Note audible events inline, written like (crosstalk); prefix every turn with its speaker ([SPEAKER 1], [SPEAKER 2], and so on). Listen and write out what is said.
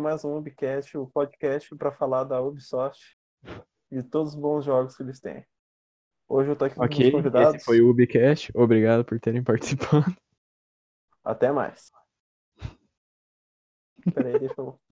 [SPEAKER 1] mais um Ubcast, o podcast para falar da Ubisoft e todos os bons jogos que eles têm. Hoje eu tô aqui com os
[SPEAKER 2] Ok,
[SPEAKER 1] meus convidados.
[SPEAKER 2] esse foi o Ubicast. Obrigado por terem (laughs) participado.
[SPEAKER 1] Até mais. Peraí, deixa eu